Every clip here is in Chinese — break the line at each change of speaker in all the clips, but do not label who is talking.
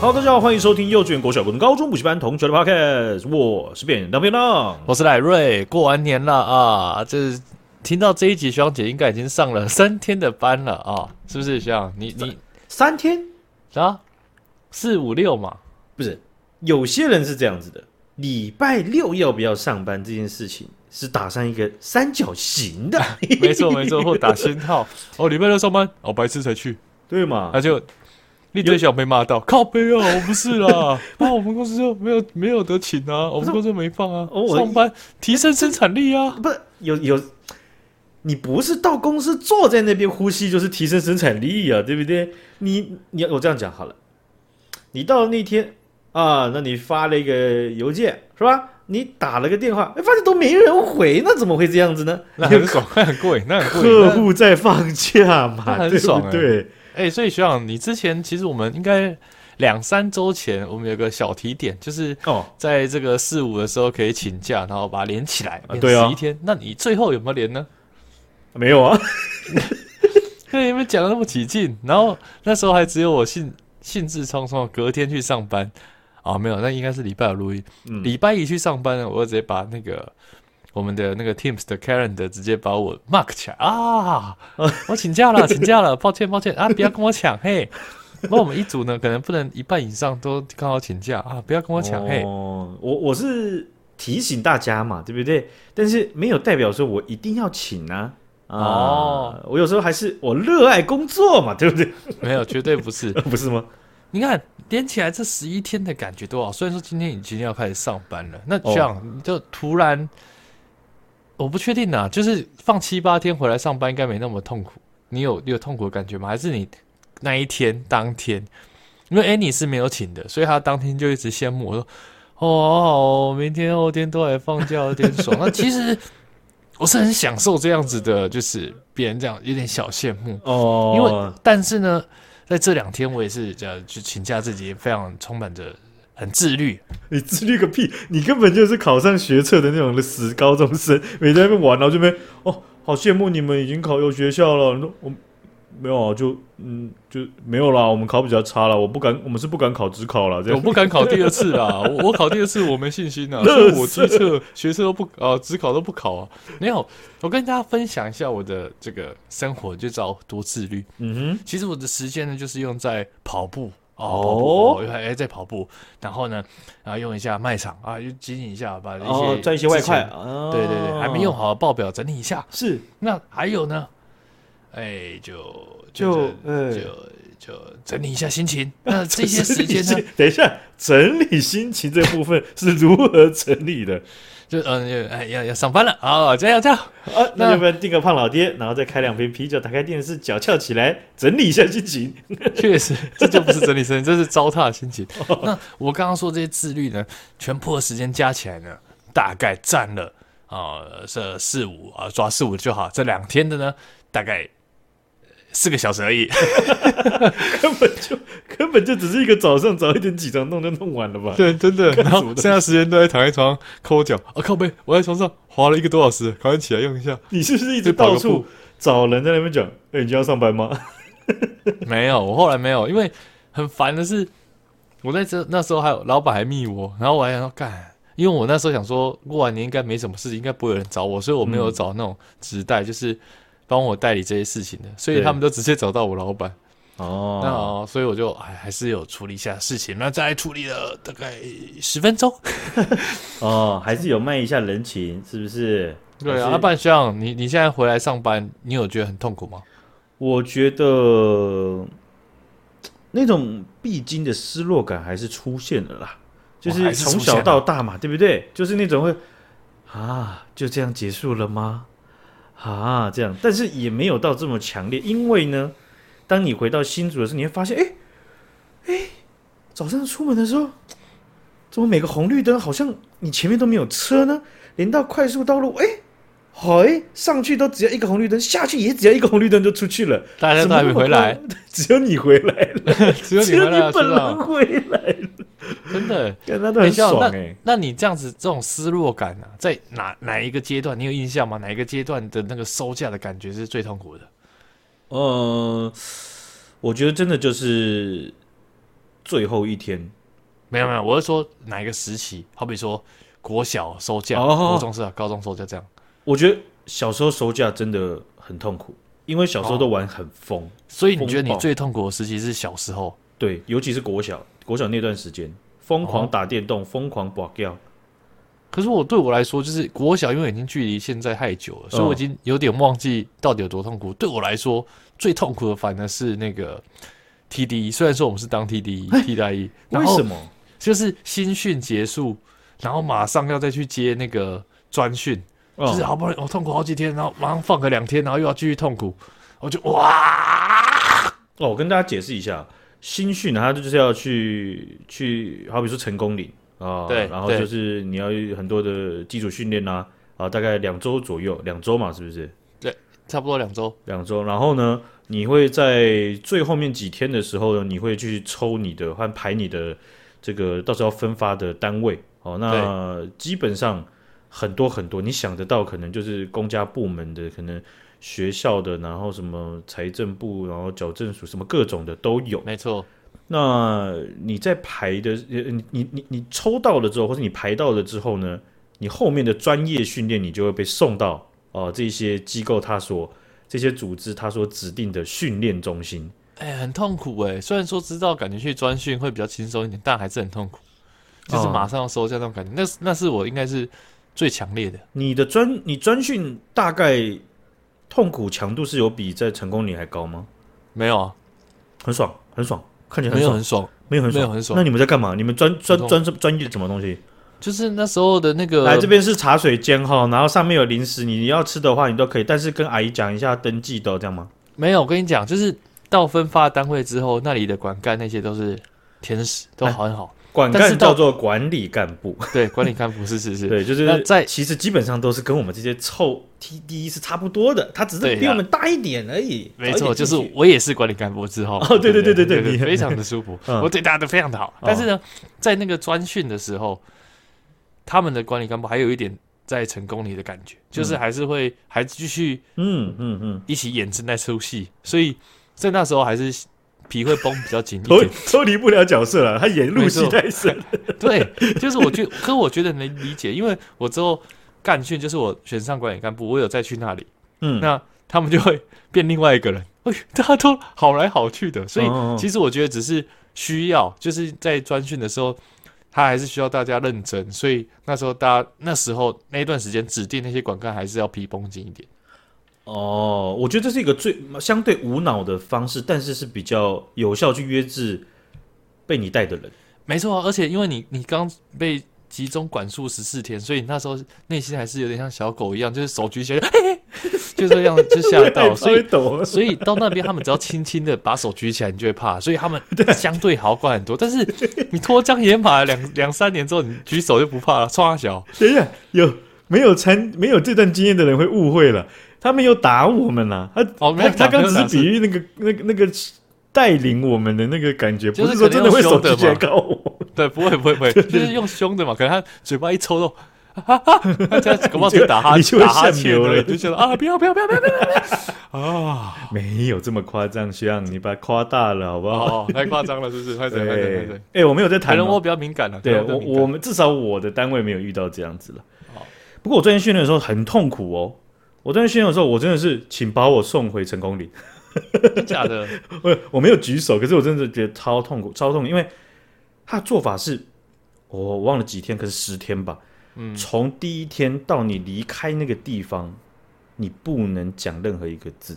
Hello，大家好，欢迎收听幼稚园、国小、国中、高中补习班同学的 Podcast，我是便当便当。
我是赖瑞，过完年了啊，这听到这一集，学长姐应该已经上了三天的班了啊，是不是？学长，你你
三天
啊，四五六嘛，
不是，有些人是这样子的，礼拜六要不要上班这件事情是打上一个三角形的，
没错没错，或打星号。哦，礼拜六上班，哦，白痴才去，
对嘛
那、？就你最想被骂到，靠背啊，我不是啦，啊，我们公司就没有没有得请啊，我们公司没放啊
哦，我
上班提升生产力啊，
不是有有，你不是到公司坐在那边呼吸，就是提升生产力啊，对不对？你你我这样讲好了，你到那天啊，那你发了一个邮件是吧？你打了个电话，哎，发现都没人回，那怎么会这样子呢？
那很爽，那很贵，那很贵，
客
那
户在放假嘛，
那很
对
爽
不
欸
对？
哎、所以学长，你之前其实我们应该两三周前，我们有个小提点，就是
哦，
在这个四五的时候可以请假，然后把它连起来，连
对啊
十一天。那你最后有没有连呢？
没有啊，
对，你们讲的那么起劲，然后那时候还只有我兴兴致冲冲，隔天去上班啊，没有，那应该是礼拜五录音，
嗯
礼拜一去上班呢，我就直接把那个我们的那个 Teams 的 calendar 直接把我 mark 起来啊，我请假了，请假了，抱歉抱歉啊，不要跟我抢嘿。那我们一组呢，可能不能一半以上都刚好请假啊，不要跟我抢、嘿。
哦，我我是提醒大家嘛，对不对？但是没有代表说我一定要请啊。啊
哦，
我有时候还是我热爱工作嘛，对不 对？
没有，绝对不是。
不是吗？
你看连起来这十一天的感觉多好。虽然说今天已经要开始上班了，那这样你就突然，我不确定啊，就是放七八天回来上班，应该没那么痛苦。你有你有痛苦的感觉吗？还是你那一天当天，因为 Annie 是没有请的，所以她当天就一直羡慕我说：“哦，好好哦明天后天都来放假，有点爽。”那其实我是很享受这样子的，就是别人这样有点小羡慕。
哦，
因为但是呢，在这两天我也是呃，就请假自己非常充满着很自律，
你自律个屁，你根本就是考上学测的那种的死高中生，每天在那边玩，然后就被哦，好羡慕你们已经考有学校了。你说我没有啊，就嗯，就没有啦，我们考比较差了，我不敢，我们是不敢考职考了，这
我
样。
不敢考第二次啦， 我我考第二次我没信心啊，
乐
所以我
色
机测、学测都不啊，只考都不考啊。没有，我跟大家分享一下我的这个生活，就知道多自律。
嗯
其实我的时间呢，就是用在跑步
哦
哦，跑步，哦哎、在跑步，然后呢，啊，用一下卖场啊，就经营一下，把一
哼，
些、
哦，赚一些外快，，哦
对对对，还没用好的报表整理一下，
是
那还有呢？哎，就
就
就呃
哎
就就就整理一下心 情。那这些时间呢？？
等一下，整理心情这部分是如何整理的？
就嗯，就哎要要上班了啊！加油加油！
啊，那
那
要不然订个胖老爹，然后再开两瓶啤酒，打开电视，脚翘起来，整理一下心情。
确实， 这就不是整理身，这是糟蹋的心情。那我刚刚说这些自律呢，全部的时间加起来呢，大概占了啊这四五啊抓四五就好，这两天的呢，大概呃四个小时而已。
根本就 根本就只是一个早上早一点起床弄就弄完了吧？
对，真的。 然后
什么东
剩下时间都在躺在床上抠脚。啊靠背，我在床上滑了一个多小时，赶快起来用一下。
你是不是一直
就跑个
到处
步
找人在那边讲？哎、你今天要上班吗？
没有，我后来没有，因为很烦的是，我在这那时候还有老板还密我，然后我还想说干，因为我那时候想说过完年应该没什么事情，应该不会有人找我，所以我没有找那种直代，就是帮我代理这些事情的，所以
对
他们都直接找到我老板。那、
哦，
哦、所以我就还还是有处理一下事情，那再处理了大概十分钟。
哦，还是有卖一下人情，是不是？
对
还
啊，
是
那半箱，你你现在回来上班，你有觉得很痛苦吗？
我觉得那种必经的失落感还是出现了啦，就
哦
是
还是出
从
现了
小到大嘛，对不对？就是那种会啊，就这样结束了吗？啊，这样，但是也没有到这么强烈，因为呢，当你回到新竹的时候，你会发现，哎，哎，早上出门的时候，怎么每个红绿灯好像你前面都没有车呢？连到快速道路，哎，好，哎，上去都只要一个红绿灯，下去也只要一个红绿灯就出去了。
大家
怎
都
么
还
那
没
么
回来，
快， 只有你回来了，
只有你啊回来
本
了，学
人
长，
回来，
真的。
看他都很
学长
爽哎、
那你这样子这种失落感啊，在哪哪一个阶段，你有印象吗？哪一个阶段的那个收价的感觉是最痛苦的？
呃，我觉得真的就是最后一天，
没有没有，我是说哪一个时期，好比说国小收假，
哦
国中是啊，高中收假这样。
我觉得小时候收假真的很痛苦，因为小时候都玩很疯，
所以你觉得
风
你
暴
最痛苦的时期是小时候？
对，尤其是国小，国小那段时间疯
哦
狂打电动，疯狂拔掉，
可是我对我来说，就是国小，因为已经距离现在太久
哦
了，所以我已经有点忘记到底有多痛苦。对我来说，最痛苦的反而是那个 TDE，虽然说我们是当 E， TDE 替代役，然
为
后
什么？
就是新训结束，然后马上要再去接那个专训，就
哦
是好不容易我、痛苦好几天，然后马上放个两天，然后又要继续痛苦，我就哇，
哦，我跟大家解释一下，新训啊它就是要去去，好比说成功岭啊，
对
然后
对
就是你要有很多的基础训练啦，啊，大概两周左右，两周嘛，是不是？
差不多两周，
两周，然后呢，你会在最后面几天的时候呢，你会去抽你的和排你的这个到时候要分发的单位哦。那基本上很多很多，你想得到可能就是公家部门的，可能学校的，然后什么财政部，然后矫正署，什么各种的都有。
没错，
那你在排的，呃你你你你抽到了之后，或者你排到了之后呢，你后面的专业训练你就会被送到哦、呃这些机构它所这些组织它所指定的训练中心。
哎、很痛苦哎、虽然说知道感觉去专训会比较轻松一点，但还是很痛苦，就是
哦
马上要收假那种感觉，那是那是我应该是最强烈的。
你的专你专训大概痛苦强度是有比在成功里还高吗？
没有啊，
很爽，很爽，看起来
没
很
有
爽，
很爽，
没有很
没
爽，
有很爽
那你们在干嘛？你们专专
普通
专专业什么东西？
就是那时候的那个
来这边是茶水间哈，然后上面有零食，你要吃的话你都可以，但是跟阿姨讲一下登记的哦这样吗？
没有，我跟你讲，就是到分发单位之后，那里的管干那些都是天使，都
哎
很好。
管
但
干
是到
叫做管理干部，
对，管理干部是是是，
对，就是
那在
其实基本上都是跟我们这些臭 TD 是差不多的，他只
对
是
啊
比我们大一点而已。
没
早
错，
一点
就是
进去
我也是管理干部之后。
哦对对对对对
对，
你
非常的舒服，
嗯
我对大家都非常的好。
哦
但是呢，在那个专训的时候，他们的管理干部还有一点在成功里的感觉，就是还是会还继续
嗯嗯嗯，
一起演这那出戏，所以在那时候还是皮会绷比较紧一
脱
点。
脱离不了角色了，他演入戏
没错
太深 了。
对，就是我觉得，可我觉得能理解，因为我之后干训就是我选上管理干部，我有再去那里，
嗯，
那他们就会变另外一个人，哎，大家都好来好去的，所以
哦哦
其实我觉得只是需要，就是在专训的时候，他还是需要大家认真，所以那时候大家那时候那一段时间指定那些管干还是要皮绷紧一点，
哦，我觉得这是一个最相对无脑的方式，但是是比较有效去约制被你带的人。
没错啊，而且因为你你刚被。集中管束十四天，所以你那时候内心还是有点像小狗一样，就是手举起来，嘿嘿就这样就吓 到，哦所以
懂啊
所以到那边，他们只要轻轻的把手举起来，你就会怕，所以他们相对好管很多。但是你脱缰野马两两三年之后，你举手就不怕了，冲他小。
等一下，有没有参没有这段经验的人会误会了？他没有打我们啦，他
哦，没
他
有
他刚只是比
比，
喻那个那个那个带领我们的那个感觉，
就是
不说真的会手
可能
举
用
起来搞我。
对，不会不会不会，就是用凶的嘛，可能他嘴巴一抽动。 哈哈，他恐怕只打哈
你就
欠，
会
打
你就会吓
哈欠而已，
尿了
就觉得啊，不要不要不要不要不要不 要啊！
没有这么夸张，徐阳，你把它夸大了好不好？
哦，太夸张了，是不是？快点快点快
对
点！，
哎，我没有在
可
谈
能
哦，
我比较敏感了，啊可
对
能
我
比较敏感
我们至少我的单位没有遇到这样子了
好。
不过我最近训练的时候很痛苦哦，我最近训练的时候，我真的是请把我送回成功岭。
真假的，
我 我没有举手，可是我真的觉得超痛苦，超痛苦，因为他的做法是，我我忘了几天，可是十天吧，
嗯
从第一天到你离开那个地方，你不能讲任何一个字，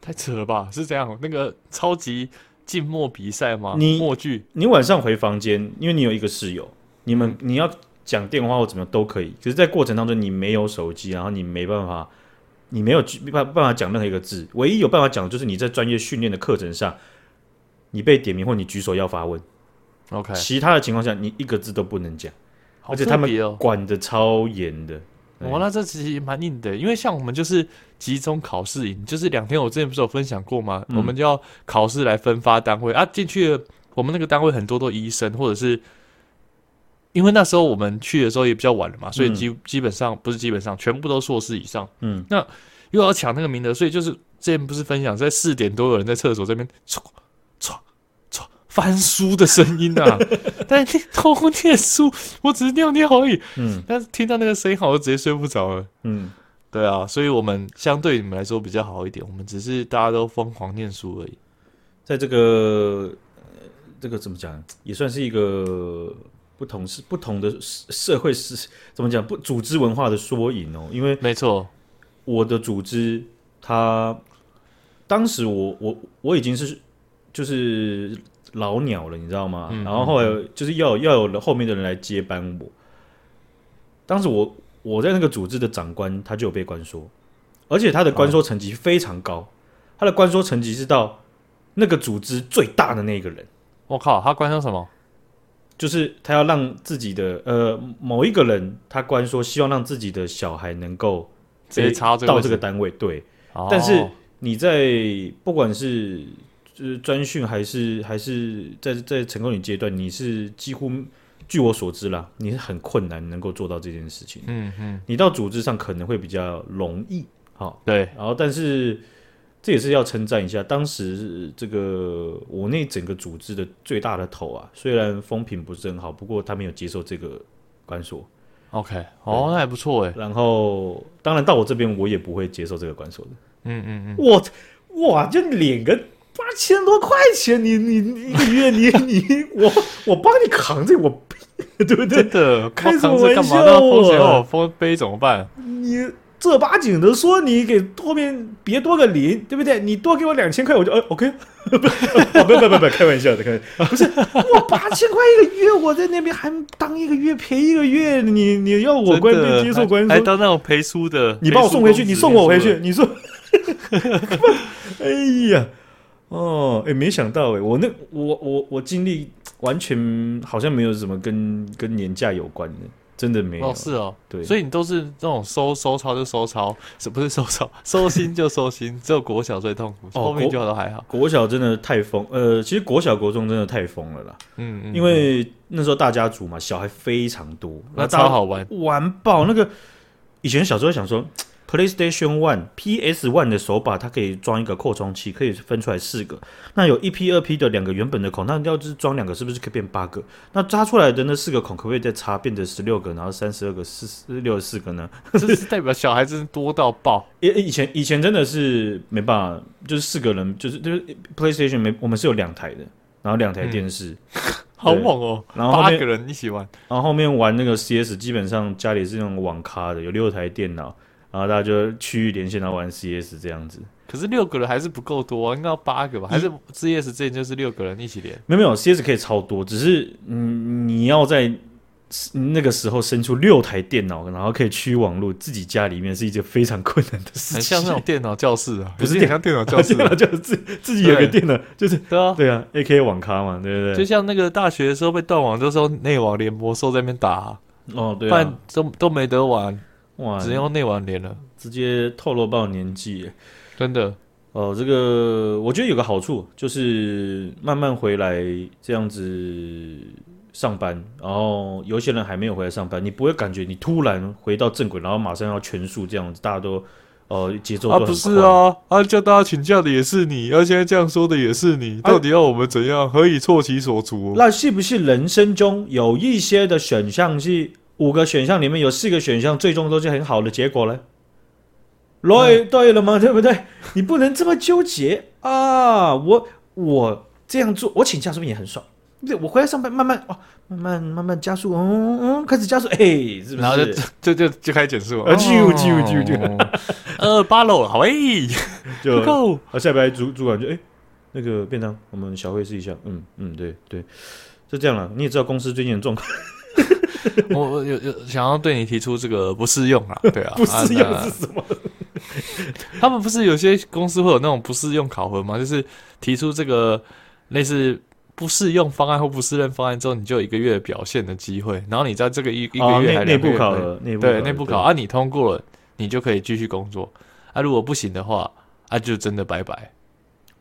太扯了吧？是这样，那个超级静默比赛吗？
你
默剧
你晚上回房间，因为你有一个室友，你们、你要讲电话或怎么样都可以，可是，在过程当中你没有手机，然后你没办法，你没有举没办办法讲任何一个字，唯一有办法讲的就是你在专业训练的课程上，你被点名或你举手要发问，
，OK，
其他的情况下你一个字都不能讲。
好
而且
特
他们
别哦
管的超严的。哎对
哦哇，那这其实蛮硬的，因为像我们就是集中考试营，就是两天，我之前不是有分享过吗？
嗯
我们就要考试来分发单位啊，进去了我们那个单位很多都医生，或者是因为那时候我们去的时候也比较晚了嘛，所以基、基本上不是基本上全部都硕士以上，
嗯，
又要抢那个名额，所以就是之前不是分享在四点多有人在厕所这边唰唰唰翻书的声 音啊！但是偷念书，我只是尿尿而已，
嗯
但是听到那个声音，好，我直接睡不着了。
嗯，
对啊，所以我们相对你们来说比较好一点，我们只是大家都疯狂念书而已。
在这个呃这个怎么讲，也算是一个不同是不同的社社会是怎么讲不组织文化的缩影哦，因为
没错，
我的组织，它当时我我我已经是就是老鸟了，你知道吗？
嗯
然后后来就是要有要有后面的人来接班我。当时我我在那个组织的长官他就有被官说，而且他的官说成绩非常高，他的官说成绩是到那个组织最大的那个人。
我靠，他关上什么？
就是他要让自己的呃某一个人，他官说希望让自己的小孩能够
直接插这个
到
位
这
置
个单位，对，
哦
但是你在不管是就是专训还是还是在在成功岭阶段，你是几乎据我所知啦，你是很困难能够做到这件事情。
嗯嗯，
你到组织上可能会比较容易，好，
对，
然后但是这也是要称赞一下，当时这个我那整个组织的最大的头啊，虽然风评不是很好，不过他没有接受这个关锁，
OK，哦，那还不错哎，
然后当然到我这边我也不会接受这个关锁的。
嗯嗯嗯，
我哇，就领个八千多块钱，你你你一个月你你我我帮你扛这个，我 对不对
真？ 的，
开
我
什么
扛着干嘛？
玩笑
那风险
啊
我风哦杯怎么办？
你正八经的说你给后面别多个零，对不对？你多给我两千块，我就呃 OK，不不不不不，开玩笑的，开玩笑，不是我八千块一个月，我在那边还当一个月陪一个月，你你要我关
真的
接受关
还还
说
当那种陪书的，
你把我送回去，
陪
你
书公
送
子
我回去
念，
你说， 哎呀，哦，哎，没想到哎，我那我我我经历完全好像没有什么跟跟年假有关的，真的没
书
有。
了哦，是哦，
对
所以你都是那种收收钞就收钞，是不是收钞？ 收心就收心，只有国小最痛苦，
哦
后面
国
就都还好。
国小真的太疯，呃，其实国小国中真的太疯了啦，
嗯嗯，
因为那时候大家族嘛，小孩非常多，
那
大家
超好玩，
玩爆那个。以前小时候想说，PlayStation One、PS One 的手把它可以装一个扩充器，可以分出来四个。那有一 P、二 P 的两个原本的孔，那要是装两个，是不是可以变八个？那插出来的那四个孔，可不可以再插变成十六个，然后三十二个、四十六十四个呢？
这是代表小孩真是多到爆。
以以前以前真的是没办法，就是四个人，就是就是 PlayStation 没，我们是有两台的，然后两台电视，
好猛哦！
然后后
八
面
个人一起玩，
然后后面玩那个 CS，基本上家里是那种网咖的，有六台电脑，然后大家就区域连线，然后玩 CS 这样子。
可是六个人还是不够多、啊，应该要八个吧？
嗯
还是 CS 之前就是六个人一起连？
没有没有，CS 可以超多，只是嗯，你要在那个时候生出六台电脑，然后可以区域网络，自己家里面是一件非常困难的事情。
很像那种电脑教室啊，
不是
有点像电脑教 室
电脑
啊，
就是自自己有个电脑，就是
对啊，
对啊，AK 网咖嘛，对不
就
对？
像那个大学的时候被断网，就时候内网连魔兽在那边打啊、
哦，
不
对
然
啊，
都都没得玩，
哇，
只能用内网连了。
直接透露爆年纪耶。
真的，
哦，这个我觉得有个好处就是慢慢回来这样子上班，然后有些人还没有回来上班，你不会感觉你突然回到正轨，然后马上要全速这样子，大家都呃节奏
啊
都很
不是
快，
啊，啊叫大家请假的也是你，啊现在这样说的也是你，
啊
到底要我们怎样？何以错其所足？
那是不是人生中有一些的选项是五个选项里面有四个选项最终都是很好的结果呢？对、对了吗？对不对？ 你不能这么纠结啊！我我这样做，我请假是不是也很爽？对，我回来上班，慢慢哦，慢慢慢慢加速，嗯嗯，开始加速，哎，是不？
然后就是 哦就就就开始减速，
啊啾啾啾
啾， 呃八楼好诶，不
就
够。
啊，下边主主管就哎，那个便当，我们小会试一下，嗯嗯，对对，就这样了。你也知道公司最近的状况，
我我有有想要对你提出这个不适用 啊，对啊，
不适
啊
用
那
是什么？
他们不是有些公司会有那种不适用考核吗？就是提出这个类似不适用方案或不适任方案之后，你就有一个月的表现的机会，然后你在这个一一
哦
个月
内
还
内
两个
部
月
考
内
核，内部
对内部考核
核
啊，你通过了，你就可以继续工作啊，如果不行的话啊，就真的拜拜。
对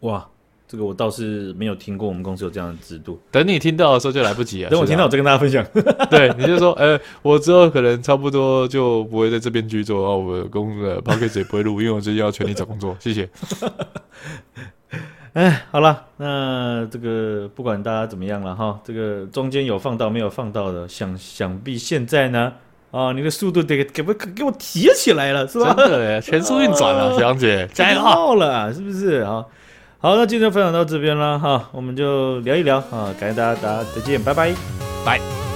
哇，这个我倒是没有听过，我们公司有这样的制度。
等你听到的时候就来不及了。
等我
是吧
听到，我再跟大家分享。
对，你就说，呃，我之后可能差不多就不会在这边居住，然后我的工作 p o c k e t 也不会录，因为我最近要全力找工作，谢谢。
哎，好了，那这个不管大家怎么样了哈，这个中间有放到没有放到的，想想必现在呢，啊，你的速度得给我给我提起来了，是吧？
真的耶，全速运转 了，
啊
小杨姐，加油 啊！
到了，是不是啊？好，那今天分享到这边了哈，我们就聊一聊啊，感谢大家，大家再见，拜拜。
拜。